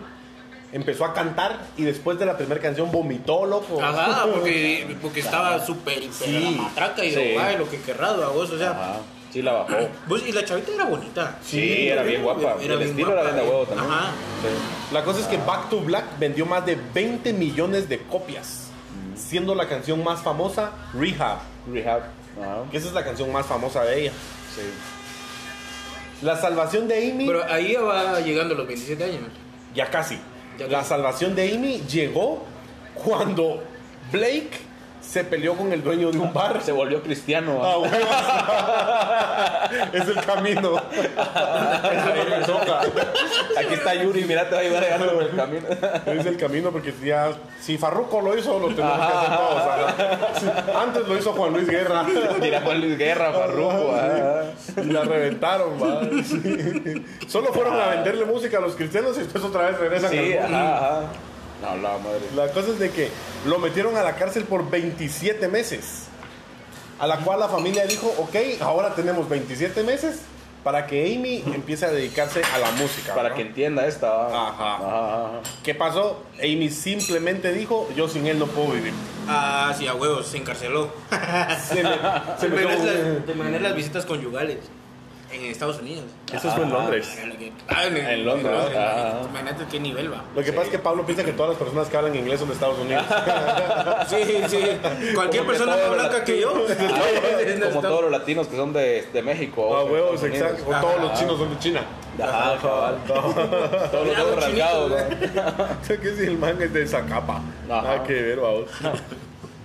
[SPEAKER 1] empezó a cantar y después de la primera canción vomitó, loco.
[SPEAKER 4] Ajá, porque, porque estaba súper, hiper
[SPEAKER 1] Sí.
[SPEAKER 4] la matraca y
[SPEAKER 2] Sí.
[SPEAKER 4] drogada y lo que querrás, vos, o sea.
[SPEAKER 2] Ajá. Sí, la bajó.
[SPEAKER 4] Vos, y la chavita era bonita.
[SPEAKER 2] Sí, era bien guapa.
[SPEAKER 4] Era
[SPEAKER 2] el
[SPEAKER 4] bien
[SPEAKER 2] estilo
[SPEAKER 4] guapa,
[SPEAKER 2] era bien de
[SPEAKER 4] eh.
[SPEAKER 2] huevo también.
[SPEAKER 4] Ajá.
[SPEAKER 2] Sí.
[SPEAKER 1] La cosa es que Back to Black vendió más de 20 millones de copias, siendo la canción más famosa Rehab,
[SPEAKER 2] Mm. Rehab. Ajá.
[SPEAKER 1] que esa es la canción más famosa de ella.
[SPEAKER 2] Sí.
[SPEAKER 1] La salvación de Amy,
[SPEAKER 4] Pero ahí ya va llegando a los 27 años.
[SPEAKER 1] ya casi.
[SPEAKER 4] Ya
[SPEAKER 1] la
[SPEAKER 4] casi.
[SPEAKER 1] salvación de Amy llegó cuando Blake se peleó con el dueño de un bar.
[SPEAKER 2] Se volvió cristiano.
[SPEAKER 1] Ah,
[SPEAKER 2] ¿va?
[SPEAKER 1] huevos. es el camino. Eso es lo que toca.
[SPEAKER 2] Aquí está Yuri, mira, te va a llevar a algo por el camino.
[SPEAKER 1] Es el camino porque ya, si Farruko lo hizo, lo tenemos que hacer todos. ajá. Sí, Antes lo hizo Juan Luis Guerra.
[SPEAKER 2] Mira Juan Luis
[SPEAKER 1] Ah,
[SPEAKER 2] Guerra, Farruko. ajá.
[SPEAKER 1] Y la reventaron, va. Sí. Solo fueron a venderle música a los cristianos y después otra vez regresan
[SPEAKER 2] Sí,
[SPEAKER 1] al mundo.
[SPEAKER 2] ajá, ajá. No, la madre.
[SPEAKER 1] La cosa es de que lo metieron a la cárcel por 27 meses. A la cual la familia dijo, ok, ahora tenemos 27 meses para que Amy empiece a dedicarse a la música.
[SPEAKER 2] Para
[SPEAKER 1] ¿no?
[SPEAKER 2] que Ah. entienda esta. ¿va?
[SPEAKER 1] Ajá.
[SPEAKER 2] Ajá, ajá.
[SPEAKER 1] ¿Qué pasó? Amy simplemente dijo, yo sin él no puedo vivir.
[SPEAKER 3] Ah, sí, a huevos, se encarceló.
[SPEAKER 1] Se le- se
[SPEAKER 3] Te
[SPEAKER 1] le
[SPEAKER 3] imaginas
[SPEAKER 1] quedó-
[SPEAKER 3] las- te imaginas las visitas conyugales en Estados Unidos.
[SPEAKER 2] Eso fue en Londres.
[SPEAKER 3] Ah, en,
[SPEAKER 2] En Londres, ah.
[SPEAKER 3] imagínate, imagínate qué nivel va.
[SPEAKER 1] Lo que pasa es que Pablo piensa que todas las personas que hablan inglés son de Estados Unidos.
[SPEAKER 2] Ah,
[SPEAKER 3] Sí, sí. Cualquier
[SPEAKER 2] Como que
[SPEAKER 3] persona
[SPEAKER 2] todo Ah,
[SPEAKER 3] más blanca que yo.
[SPEAKER 2] Como todos los latinos que son de, de México.
[SPEAKER 1] Ah,
[SPEAKER 2] o de
[SPEAKER 1] huevos,
[SPEAKER 2] Estados Unidos.
[SPEAKER 1] exacto. O todos los chinos son de China.
[SPEAKER 2] Ajá, cabal. Todos los ojos rasgados. ¿no?
[SPEAKER 1] Sé que si el man es de Zacapa.
[SPEAKER 2] Ajá.
[SPEAKER 1] Ah, qué ver, vamos.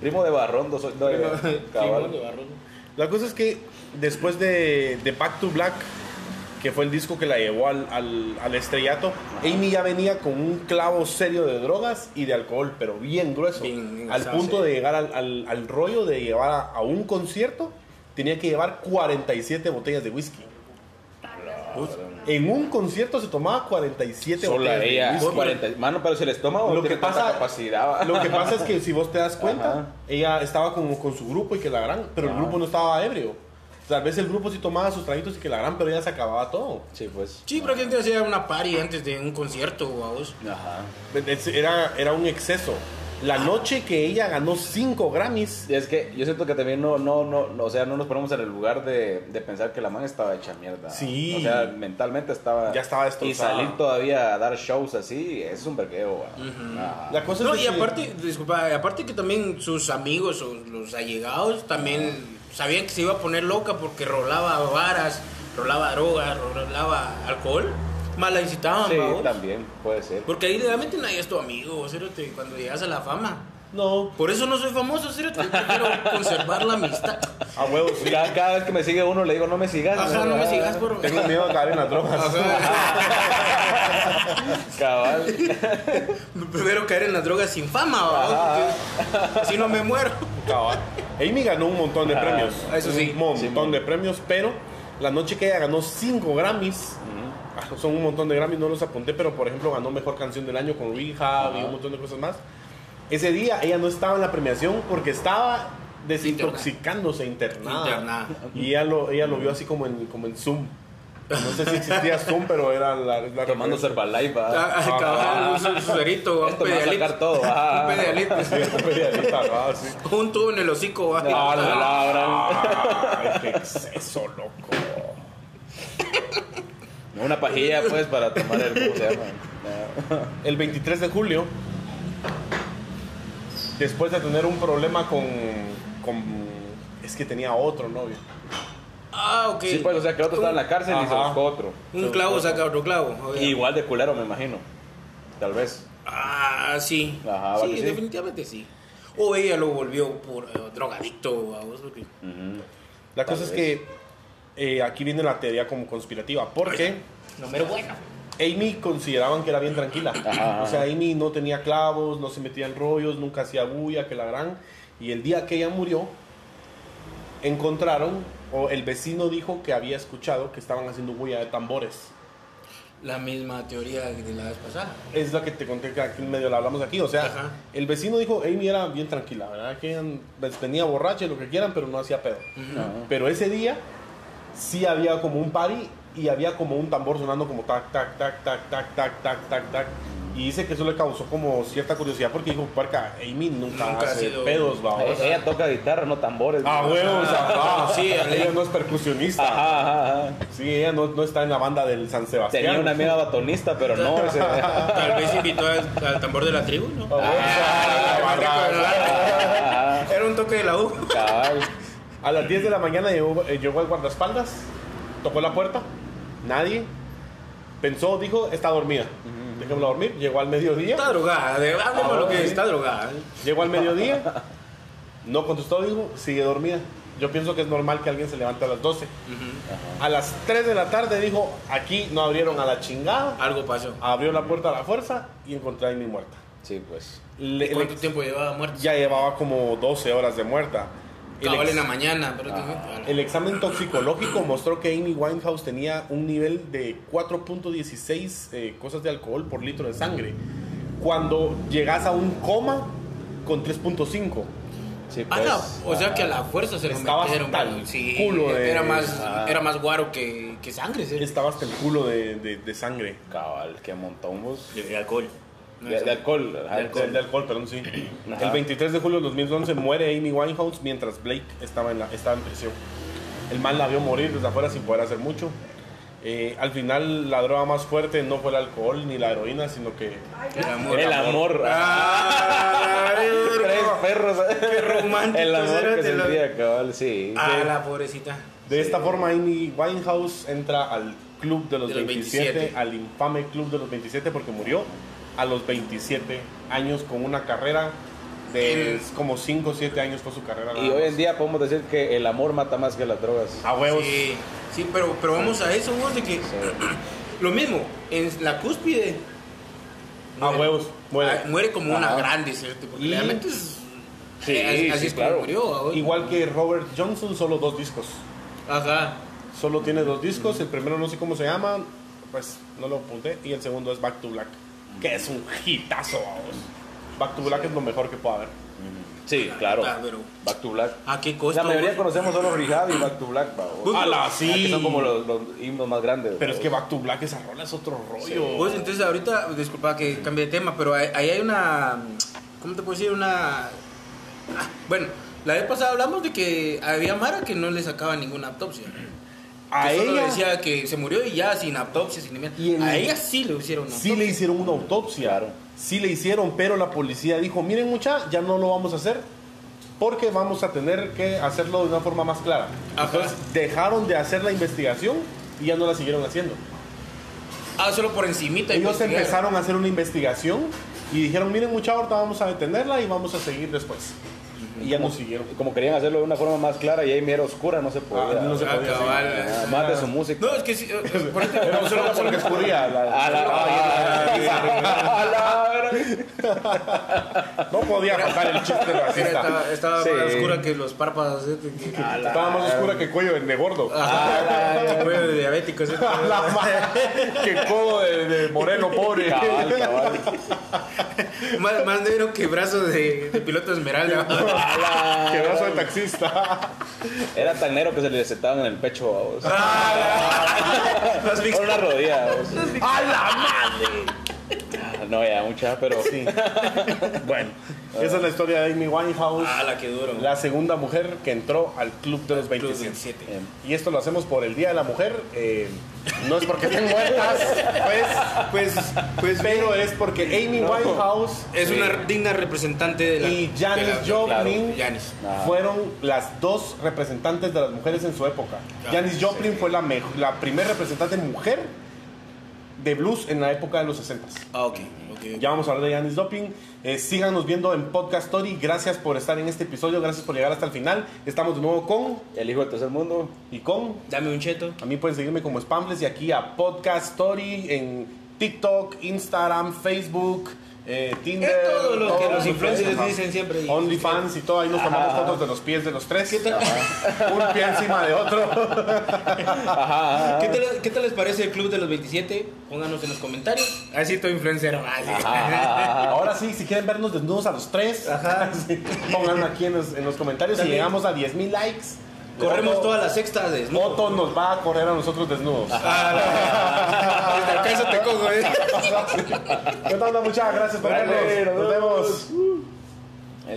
[SPEAKER 2] Primo de Barrondo soy. No,
[SPEAKER 3] Sí,
[SPEAKER 2] cabal.
[SPEAKER 3] Barroso.
[SPEAKER 1] La cosa es que después de, de Back to Black, que fue el disco que la llevó al, al- al estrellato, Amy ya venía con un clavo serio de drogas y de alcohol, pero bien grueso.
[SPEAKER 3] Bien,
[SPEAKER 1] al
[SPEAKER 3] o sea,
[SPEAKER 1] punto
[SPEAKER 3] sí.
[SPEAKER 1] de llegar al, al- al rollo de llevar a, a un concierto, tenía que llevar 47 botellas de whisky. En un concierto se tomaba 47
[SPEAKER 2] Sola
[SPEAKER 1] botellas de
[SPEAKER 2] ella.
[SPEAKER 1] whisky.
[SPEAKER 2] 40. Mano, pero si el estómago
[SPEAKER 1] Lo
[SPEAKER 2] tiene
[SPEAKER 1] que
[SPEAKER 2] tanta
[SPEAKER 1] pasa-
[SPEAKER 2] capacidad. ¿va?
[SPEAKER 1] Lo que pasa es que si vos te das cuenta,
[SPEAKER 2] Ajá.
[SPEAKER 1] ella estaba como con su grupo y que la gran, pero el
[SPEAKER 2] Ajá.
[SPEAKER 1] grupo no estaba ebrio. Tal vez el grupo sí tomaba sus traguitos y que la gran, pero ya se acababa todo.
[SPEAKER 2] Sí, pues.
[SPEAKER 3] Sí, pero ¿quién te hacía una party antes de un concierto, vos?
[SPEAKER 2] Ajá.
[SPEAKER 1] Es- Era, era un exceso. La noche que ella ganó 5 Grammys,
[SPEAKER 2] Y es que yo siento que también no, no, no, no, o sea, no nos ponemos en el lugar de, de pensar que la man estaba hecha mierda.
[SPEAKER 1] Sí.
[SPEAKER 2] O sea, mentalmente estaba.
[SPEAKER 1] Ya estaba
[SPEAKER 2] Y
[SPEAKER 1] destrozada.
[SPEAKER 2] salir todavía a dar shows así es un vergueo, Ah, va. Ajá.
[SPEAKER 1] la cosa
[SPEAKER 3] No,
[SPEAKER 1] es
[SPEAKER 3] y
[SPEAKER 1] que-
[SPEAKER 3] aparte, disculpa, y aparte que también sus amigos o los allegados también sabían que se iba a poner loca porque rolaba varas, rolaba drogas, rolaba alcohol, más la incitaban,
[SPEAKER 2] Sí,
[SPEAKER 3] vaos.
[SPEAKER 2] también puede ser.
[SPEAKER 3] Porque ahí realmente nadie es tu amigo, vos, cerote, cuando llegas a la fama.
[SPEAKER 1] No,
[SPEAKER 3] Por eso no soy famoso, cerote, yo quiero conservar la amistad.
[SPEAKER 1] a Ah, huevos. sí.
[SPEAKER 2] Cada, cada vez que me sigue uno le digo, no me sigas.
[SPEAKER 3] Ajá, no me sigas por...
[SPEAKER 1] Tengo miedo de caer en las drogas.
[SPEAKER 3] pues.
[SPEAKER 2] Cabal.
[SPEAKER 3] Primero caer en las drogas sin fama, vaos, porque si no me muero.
[SPEAKER 1] Cabal. Amy ganó un montón de
[SPEAKER 2] Ah,
[SPEAKER 1] premios.
[SPEAKER 3] eso sí.
[SPEAKER 1] Un montón
[SPEAKER 2] Simón.
[SPEAKER 1] de premios, pero la noche que ella ganó 5 Grammys, ah, son un montón de Grammys, no los apunté, pero por ejemplo ganó Mejor Canción del Año con Rehab y
[SPEAKER 2] Ajá.
[SPEAKER 1] un montón de cosas más. Ese día ella no estaba en la premiación porque estaba desintoxicándose internada.
[SPEAKER 3] Internada.
[SPEAKER 1] Y ella lo, ella lo vio así como en, como en Zoom. No sé si existía Zoom, pero era la, la
[SPEAKER 2] Tomando
[SPEAKER 1] referencia.
[SPEAKER 2] Herbalife, va.
[SPEAKER 3] Ah, Cabal, un su- suerito, va, un
[SPEAKER 2] Esto me va a
[SPEAKER 3] pedialito.
[SPEAKER 2] sacar todo, ah. va.
[SPEAKER 3] Un pedialito.
[SPEAKER 1] Periodista, ¿verdad? Sí.
[SPEAKER 3] Un tubo en el hocico, va.
[SPEAKER 2] No, Ah,
[SPEAKER 1] Ah.
[SPEAKER 2] la- la- la-
[SPEAKER 1] Ay, qué exceso, loco.
[SPEAKER 2] Una pajilla, pues, para tomar el. ¿Cómo se llama? No.
[SPEAKER 1] el 23 de julio, después de tener un problema con, con es que tenía otro novio.
[SPEAKER 3] Ah, ok.
[SPEAKER 2] Sí, pues, o sea, que el otro estaba en la cárcel y se
[SPEAKER 1] Ajá.
[SPEAKER 2] buscó otro.
[SPEAKER 3] Un clavo saca otro clavo. obvio.
[SPEAKER 2] Igual de culero, me imagino. Tal vez.
[SPEAKER 3] Ah, sí.
[SPEAKER 2] Ajá, ¿va
[SPEAKER 3] sí,
[SPEAKER 2] que sí?
[SPEAKER 3] definitivamente sí. O ella lo volvió por eh, drogadicto, vamos, porque...
[SPEAKER 1] La
[SPEAKER 2] Tal
[SPEAKER 1] cosa es
[SPEAKER 2] vez.
[SPEAKER 1] que eh, aquí viene la teoría como conspirativa, porque
[SPEAKER 3] No, pero bueno.
[SPEAKER 1] Amy consideraban que era bien tranquila.
[SPEAKER 2] Ajá.
[SPEAKER 1] O sea, Amy no tenía clavos, no se metía en rollos, nunca hacía bulla, que la gran. Y el día que ella murió, encontraron, o el vecino dijo que había escuchado que estaban haciendo bulla de tambores.
[SPEAKER 3] La misma teoría de la vez pasada.
[SPEAKER 1] Es la que te conté que aquí en medio la hablamos aquí. O sea,
[SPEAKER 3] Ajá.
[SPEAKER 1] el vecino dijo, Amy era bien tranquila, ¿verdad? Que ella pues, venía borracha y lo que quieran, pero no hacía pedo.
[SPEAKER 2] No.
[SPEAKER 1] Pero ese día sí había como un party y había como un tambor sonando como tac, tac, tac, tac, tac, tac, tac, tac, tac. Y dice que eso le causó como cierta curiosidad porque dijo, parca, Amy nunca,
[SPEAKER 3] Nunca ha
[SPEAKER 1] hace
[SPEAKER 3] sido-
[SPEAKER 1] pedos, va.
[SPEAKER 2] Ella, ella toca guitarra, no tambores.
[SPEAKER 1] Ah,
[SPEAKER 2] ¿no?
[SPEAKER 1] huevos, ah,
[SPEAKER 3] sí,
[SPEAKER 1] ella no es percusionista.
[SPEAKER 2] Ajá, ajá, ajá.
[SPEAKER 1] Sí, ella no, no está en la banda del San Sebastián.
[SPEAKER 2] Ah. Tenía una amiga batonista, pero no. ese-
[SPEAKER 3] Tal vez invitó al, al tambor de la tribu, ¿no?
[SPEAKER 1] Ah, huevos,
[SPEAKER 3] Ah,
[SPEAKER 1] ah,
[SPEAKER 3] la- la-
[SPEAKER 2] Ah,
[SPEAKER 3] la- Era un toque de la U.
[SPEAKER 2] Cabal.
[SPEAKER 1] A las 10 de la mañana llegó, eh, llegó el guardaespaldas, tocó la puerta, nadie. Pensó, dijo, está dormida. Dejémosla dormir. Llegó al mediodía.
[SPEAKER 3] Está drogada, de- hablemos
[SPEAKER 1] Ah,
[SPEAKER 3] lo que
[SPEAKER 1] sí.
[SPEAKER 3] está drogada.
[SPEAKER 1] Llegó al mediodía. No contestó, dijo, sigue dormida. Yo pienso que es normal que alguien se levante a las 12. A las 3 de la tarde dijo, aquí no abrieron a la chingada.
[SPEAKER 3] Algo pasó.
[SPEAKER 1] Abrió la puerta a la fuerza y encontré a mi muerta.
[SPEAKER 2] Sí, pues.
[SPEAKER 1] Le- el
[SPEAKER 3] ¿Cuánto
[SPEAKER 1] ex-
[SPEAKER 3] tiempo llevaba muerta?
[SPEAKER 1] ya llevaba como 12 horas de muerta. El
[SPEAKER 3] Cabal
[SPEAKER 1] ex- Ah.
[SPEAKER 3] en la mañana, pero
[SPEAKER 1] El examen toxicológico mostró que Amy Winehouse tenía un nivel de 4.16 eh, cosas de alcohol por litro de sangre. Cuando llegas a un coma con 3.5.
[SPEAKER 2] Sí,
[SPEAKER 3] A
[SPEAKER 2] pues,
[SPEAKER 3] la- o sea
[SPEAKER 2] ah,
[SPEAKER 3] que a la fuerza se lo
[SPEAKER 1] Estabas
[SPEAKER 3] metieron.
[SPEAKER 1] hasta
[SPEAKER 3] pero
[SPEAKER 1] el
[SPEAKER 3] sí,
[SPEAKER 1] culo de-
[SPEAKER 3] era, más,
[SPEAKER 2] Ah.
[SPEAKER 3] era más guaro que, que sangre. ¿sí?
[SPEAKER 1] Estaba hasta el culo de, de- de sangre.
[SPEAKER 2] Cabal, qué montón vos.
[SPEAKER 3] De alcohol. No,
[SPEAKER 2] De,
[SPEAKER 3] es-
[SPEAKER 2] de alcohol. ajá,
[SPEAKER 1] De alcohol, de alcohol, perdón, sí.
[SPEAKER 2] Ajá.
[SPEAKER 1] El 23 de julio de 2011 muere Amy Winehouse mientras Blake estaba en, la, estaba en prisión. El mal la vio morir desde afuera sin poder hacer mucho. Eh, al final, la droga más fuerte no fue el alcohol ni la heroína, sino que
[SPEAKER 3] El amor. Ah,
[SPEAKER 2] El amor.
[SPEAKER 3] Ay,
[SPEAKER 2] Tres perros. Qué
[SPEAKER 3] romántico
[SPEAKER 2] El amor que
[SPEAKER 3] cerote, la-
[SPEAKER 2] sentía, cabal, sí.
[SPEAKER 3] Ah, la pobrecita.
[SPEAKER 1] De esta forma, Amy Winehouse entra al club de los,
[SPEAKER 3] De los
[SPEAKER 1] 27,
[SPEAKER 3] 27.
[SPEAKER 1] al infame club de los 27, porque murió a los 27 años con una carrera de
[SPEAKER 3] Sí.
[SPEAKER 1] como 5 o 7 años fue su carrera.
[SPEAKER 2] Y
[SPEAKER 1] nada
[SPEAKER 2] hoy
[SPEAKER 1] más.
[SPEAKER 2] en día podemos decir que el amor mata más que las drogas.
[SPEAKER 1] A huevos.
[SPEAKER 3] Sí, sí, pero, pero vamos a eso, vos, de que lo mismo, en la cúspide.
[SPEAKER 1] A huevos. Bueno,
[SPEAKER 3] Ah, muere como una
[SPEAKER 2] Ajá.
[SPEAKER 3] grande, ¿cierto? Porque
[SPEAKER 1] Y-
[SPEAKER 3] realmente es.
[SPEAKER 2] Sí,
[SPEAKER 3] así así
[SPEAKER 2] sí,
[SPEAKER 3] es
[SPEAKER 2] claro.
[SPEAKER 3] como murió. vos.
[SPEAKER 1] igual que Robert Johnson, solo dos discos.
[SPEAKER 3] Ajá.
[SPEAKER 1] Solo tiene dos discos. El primero no sé cómo se llama, pues no lo apunté. Y el segundo es Back to Black, que es un hitazo, vamos. Back to Black es lo mejor que puede haber.
[SPEAKER 2] Sí, claro.
[SPEAKER 3] Ah, pero-
[SPEAKER 2] Back to Black.
[SPEAKER 3] ¿A qué costo?
[SPEAKER 2] La mayoría
[SPEAKER 3] vos?
[SPEAKER 2] conocemos solo Rehab y Back to Black, pa, vos.
[SPEAKER 1] A la
[SPEAKER 2] Ah, que
[SPEAKER 1] sí.
[SPEAKER 2] son como los, los himnos más grandes.
[SPEAKER 1] Pero es
[SPEAKER 2] vos.
[SPEAKER 1] que Back to Black, esa rola es otro rollo.
[SPEAKER 3] Vos, Pues, entonces, ahorita, disculpa que cambie de tema, pero ahí ahí hay una. ¿Cómo te puedo decir? Una. Ah, Bueno, la vez pasada hablamos de que había Mara que no le sacaba ninguna autopsia.
[SPEAKER 1] A
[SPEAKER 3] que solo
[SPEAKER 1] ella
[SPEAKER 3] decía que se murió y ya sin autopsia, sin ni mierda.
[SPEAKER 1] Y el-
[SPEAKER 3] A ella sí le hicieron una
[SPEAKER 1] sí le hicieron una autopsia.
[SPEAKER 2] Claro.
[SPEAKER 1] Sí le hicieron, pero la policía dijo, miren mucha, ya no lo vamos a hacer porque vamos a tener que hacerlo de una forma más clara.
[SPEAKER 3] Ajá.
[SPEAKER 1] Entonces dejaron de hacer la investigación y ya no la siguieron haciendo.
[SPEAKER 3] Ah, solo por encimita.
[SPEAKER 1] Ellos
[SPEAKER 3] investigar.
[SPEAKER 1] empezaron a hacer una investigación y dijeron, miren mucha, ahorita vamos a detenerla y vamos a seguir después. Y ya no siguieron.
[SPEAKER 2] Como querían hacerlo de una forma más clara y ahí mira oscura, no se podía.
[SPEAKER 1] Ah, no se
[SPEAKER 3] Ah,
[SPEAKER 1] podía
[SPEAKER 3] cabal.
[SPEAKER 1] seguir.
[SPEAKER 2] Ah, más de su música.
[SPEAKER 3] No, es que sí. eh, por este-
[SPEAKER 1] Pero solo por lo que escurría. la-
[SPEAKER 2] A Ah, la- a la- a la-
[SPEAKER 1] no podía faltar el chiste
[SPEAKER 3] Era-
[SPEAKER 1] racista.
[SPEAKER 3] estaba estaba
[SPEAKER 2] Sí.
[SPEAKER 3] más oscura que los párpados. ¿eh? Que- que-
[SPEAKER 1] Estaba más oscura que cuello de gordo.
[SPEAKER 3] Ah, el cuello de eh, diabético. ¿sí?
[SPEAKER 1] La madre. Qué codo de, de Moreno, pobre.
[SPEAKER 2] Cabal, cabal.
[SPEAKER 3] más, más negro que brazo de, de piloto esmeralda.
[SPEAKER 1] Qué brazo de taxista.
[SPEAKER 2] Era tan negro que se le sentaban en el pecho a vos.
[SPEAKER 1] Ah,
[SPEAKER 3] Más
[SPEAKER 2] Por
[SPEAKER 3] mixto.
[SPEAKER 2] una rodilla. a vos. Ah,
[SPEAKER 1] ¡A la madre!
[SPEAKER 2] No, ya, mucha, pero sí.
[SPEAKER 1] Bueno, esa es la historia de Amy Winehouse,
[SPEAKER 3] Ah, la que duro.
[SPEAKER 1] la segunda mujer que entró al Club de los 27.
[SPEAKER 3] 27.
[SPEAKER 2] em,
[SPEAKER 1] Y esto lo hacemos por el Día de la Mujer. eh, no es porque estén muertas, pues, pues, pues, pero es porque Amy Winehouse eh,
[SPEAKER 3] Es una digna representante de la.
[SPEAKER 1] y Janis
[SPEAKER 3] de la-
[SPEAKER 1] Joplin
[SPEAKER 3] claro, Janis.
[SPEAKER 2] Ajá.
[SPEAKER 1] fueron las dos representantes de las mujeres en su época.
[SPEAKER 3] Claro,
[SPEAKER 1] Janis Joplin fue la, mej- la primera representante mujer de blues en la época de los 60.
[SPEAKER 3] Ah, ok. ok.
[SPEAKER 1] Ya vamos a hablar de Janis Joplin. Eh, síganos viendo en Podcast Story. Gracias por estar en este episodio. Gracias por llegar hasta el final. Estamos de nuevo con
[SPEAKER 2] El hijo del tercer mundo.
[SPEAKER 1] y con.
[SPEAKER 3] Dame un cheto.
[SPEAKER 1] A mí pueden seguirme como Spambles y aquí a Podcast Story en TikTok, Instagram, Facebook. eh, Tinder,
[SPEAKER 3] Es todo lo que
[SPEAKER 1] todo
[SPEAKER 3] los
[SPEAKER 1] lo
[SPEAKER 3] influencers
[SPEAKER 1] Ajá.
[SPEAKER 3] dicen siempre.
[SPEAKER 1] OnlyFans y todo, ahí nos tomamos fotos de los pies de los tres. Ajá. Un pie encima de otro.
[SPEAKER 2] Ajá.
[SPEAKER 3] ¿Qué tal, ¿Qué tal les parece el club de los 27? Pónganos en los comentarios. Así estoy influencer. Ah, sí.
[SPEAKER 2] Ajá.
[SPEAKER 1] Ahora sí, si quieren vernos desnudos a los tres, sí, pongan aquí en los, en los comentarios. Si
[SPEAKER 3] También.
[SPEAKER 1] llegamos a 10.000 likes,
[SPEAKER 3] Corremos
[SPEAKER 1] Otto-
[SPEAKER 3] toda la sexta de
[SPEAKER 1] Otto nos va a correr a nosotros desnudos.
[SPEAKER 3] Ah, la- Desde el caso te cojo, eh.
[SPEAKER 1] ¿Qué tal, muchachas? Gracias por
[SPEAKER 2] Dale,
[SPEAKER 1] vernos.
[SPEAKER 2] nos
[SPEAKER 1] Nos vemos.